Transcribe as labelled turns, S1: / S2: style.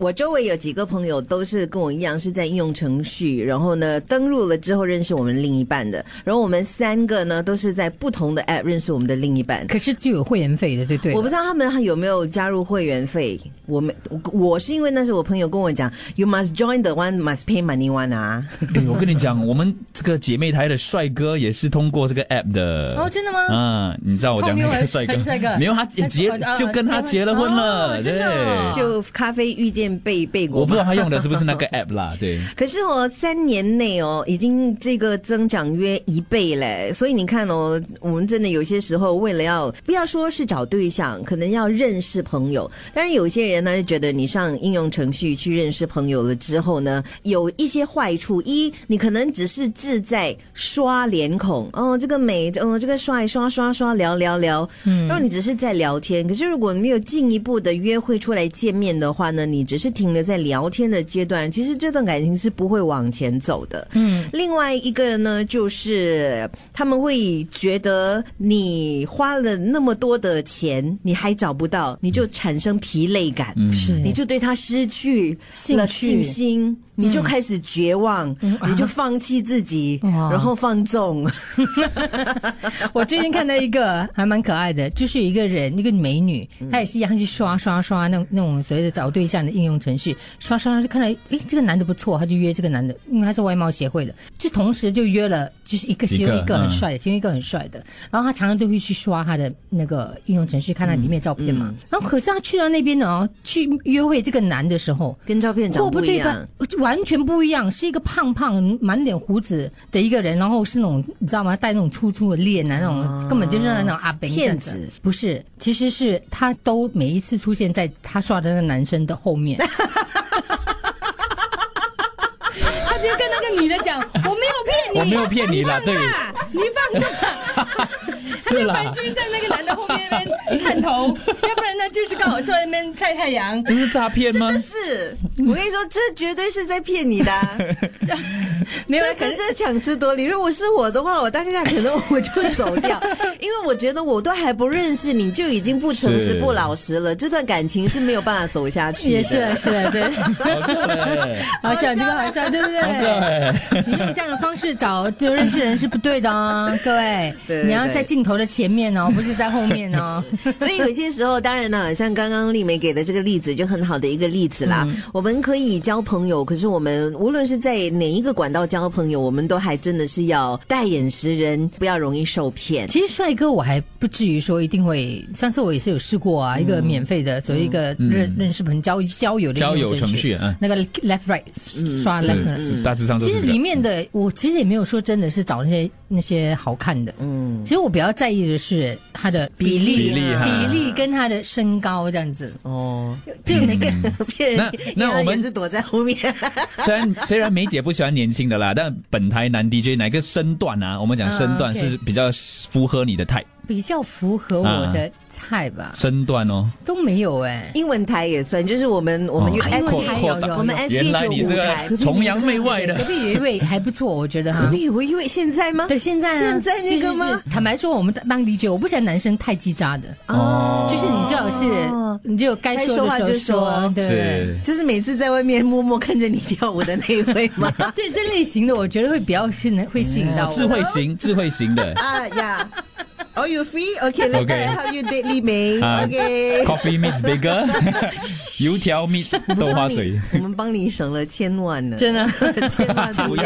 S1: 我周围有几个朋友都是跟我一样是在应用程序，然后呢登录了之后认识我们另一半的，然后我们三个呢都是在不同的 app 认识我们的另一半。
S2: 可是就有会员费的，对不对？
S1: 我不知道他们还有没有加入会员费，我没，我我是因为那时我朋友跟我讲，you must join the one must pay money one 啊，
S3: 哎我跟 你讲，我们这个姐妹台的帅哥也是通过这个 app 的。
S4: 哦真的吗
S3: 啊，你知道我讲那
S4: 泡妞
S3: 个
S4: 还
S3: 帅哥，
S4: 还帅哥
S3: 没有他
S4: 还
S3: 结
S4: 哦
S3: 就跟他结了婚了，
S4: 哦
S3: 对
S4: 真的哦
S1: 就咖啡遇见贝贝果嘛。
S3: 啊我不知道他用的是不是那个 app 啦，对。
S1: 可是哦，三年内哦，已经这个增长约一倍嘞。所以你看哦，我们真的有些时候为了要不要说是找对象，可能要认识朋友。但是有些人呢，就觉得你上应用程序去认识朋友了之后呢，有一些坏处：一，你可能只是志在刷脸孔，哦，这个美，哦，这个帅，刷刷刷，聊聊聊，嗯，然后你只是在聊天。可是如果没有进一步的约会出来见面的话呢，你只是停留在聊天的阶段，其实这段感情是不会往前走的。嗯，另外一个呢，就是他们会觉得你花了那么多的钱，你还找不到，你就产生疲累感。嗯
S2: 是
S1: 你就对他失去
S4: 兴
S1: 了
S4: 趣
S1: 信心，你就开始绝望，你就放弃自己，
S2: 哇
S1: 然后放纵。
S2: 我最近看到一个 还蛮可爱的，就是一个人，一个美女，
S1: 嗯
S2: 她也是一样去刷刷刷那种那种所谓的找对象的应用程序，刷刷刷就看到，诶，这个男的不错，她就约这个男的，因为他是外貌协会的，就同时就约了，就是一个
S3: 几
S2: 其
S3: 个
S2: 中一个很
S3: 嗯
S2: 帅的，其中一个很帅的，然后她常常都会去刷他的那个应用程序，看他里面的照片
S3: 嗯
S2: 嘛。然后可是她去到那边呢，哦去约会这个男的时候，
S1: 跟照片长
S2: 货不
S1: 不一
S2: 对
S1: 样
S2: 半。，完全不一样，是一个胖胖、满脸胡子的一个人，然后是那种你知道吗？带那种粗粗的链啊，那种、根本就是那种阿北
S1: 哦骗子，
S2: 不是，其实是他都每一次出现在他刷的那个男生的后面。 他就跟那个女的讲：“我没有骗你，
S3: 我没有骗你啦
S2: 你放大你放 大。”
S3: 是啦
S2: 要不然就是在那个男的后面那边探 头，要不然呢就是刚好坐在那边晒太阳。
S3: 这是诈骗吗
S1: 真的？是，我跟你说，这绝对是在骗你的、 啊，
S2: 没有
S1: 这，可能在强词夺理。如果是我的话，我当下可能我就走 掉，因为我觉得我都还不认识你，就已经不诚实、
S3: 是
S1: 不老实了，这段感情是没有办法走下去的。
S2: 也是啊是啊，对。
S3: 好笑
S2: 好笑，
S3: 嘞，
S2: 这个好笑，对不
S3: 好笑啊欸
S2: 对？
S3: 嘞。
S2: 你用这样的方式找就认识人是不对的哦，各位。
S1: 对对
S2: 你要
S1: 对
S2: 在镜头的前面哦，不是在后面哦。
S1: 所以有些时候，当然呢，像刚刚丽梅给的这个例子，就很好的一个例子啦。
S3: 嗯
S1: 我们可以交朋友，可是我们无论是在哪一个管道交朋友，我们都还真的是要戴眼识人，不要容易受骗。
S2: 其实帅哥我还不至于说一定会，上次我也是有试过啊，一个免费的，所以一个认认识朋友交交友的
S3: 嗯交友
S2: 那种
S3: 程序嗯
S2: 那个 left right 刷 left
S3: 是嗯
S2: right。
S3: 是，大致上都
S2: 其
S3: 是
S2: 实
S3: 这样
S4: 啊
S2: 里面的我其实也没有说真的是找那些那些好看的，嗯，其实我比较在意的是他的
S1: 比例
S3: 比例哈
S2: 比
S4: 啊
S2: 例跟他的身高这样子，
S1: 哦，
S2: 就每个
S1: 骗人！
S3: 那那
S1: 因为他
S3: 我们
S1: 也是躲在后面。
S3: 虽然虽然梅姐不喜欢年轻的啦，但本台男 DJ 哪个身段啊？我们讲身段
S2: 啊，OK
S3: 是比较符合你的 type，
S2: 比较符合我的菜吧，
S3: 身段哦。
S2: 都没有哎、
S1: 英文台也算，就是我们我们
S3: 哦
S1: 有
S3: 还有
S1: S
S3: 扩
S1: B，
S3: 扩大
S1: 我们
S2: 有
S1: S
S3: 原
S1: B
S3: 来
S1: 就
S3: 你
S1: 舞
S3: 这
S1: 台
S3: 个。 崇洋媚外
S2: 隔
S3: 的，
S2: 壁有一位还不错，我觉得哈。
S1: 你啊以为现在吗？
S2: 对，现在、啊、
S1: 现在那个吗
S2: 是是是坦白说，我们当 DJ，我不喜欢男生太叽喳的，
S1: 哦
S2: 就是你最好是，你就该说的时候
S1: 该说话就说
S2: 对
S3: 是。
S1: 就是每次在外面默默看着你跳舞的那一位 吗？
S2: 对这类型的，我觉得会比较吸引，会吸引到
S1: 嗯
S2: 我。
S3: 智慧型，智慧型的
S1: 啊呀，Are you free? Okay, let's
S3: Okay.
S1: how you date 丽梅。
S3: 啊
S1: OK，
S3: ，Coffee meets Bagel，油条 meets 豆花水。
S1: 我们帮 你省了千万呢，
S2: 真的。
S1: 千万不要。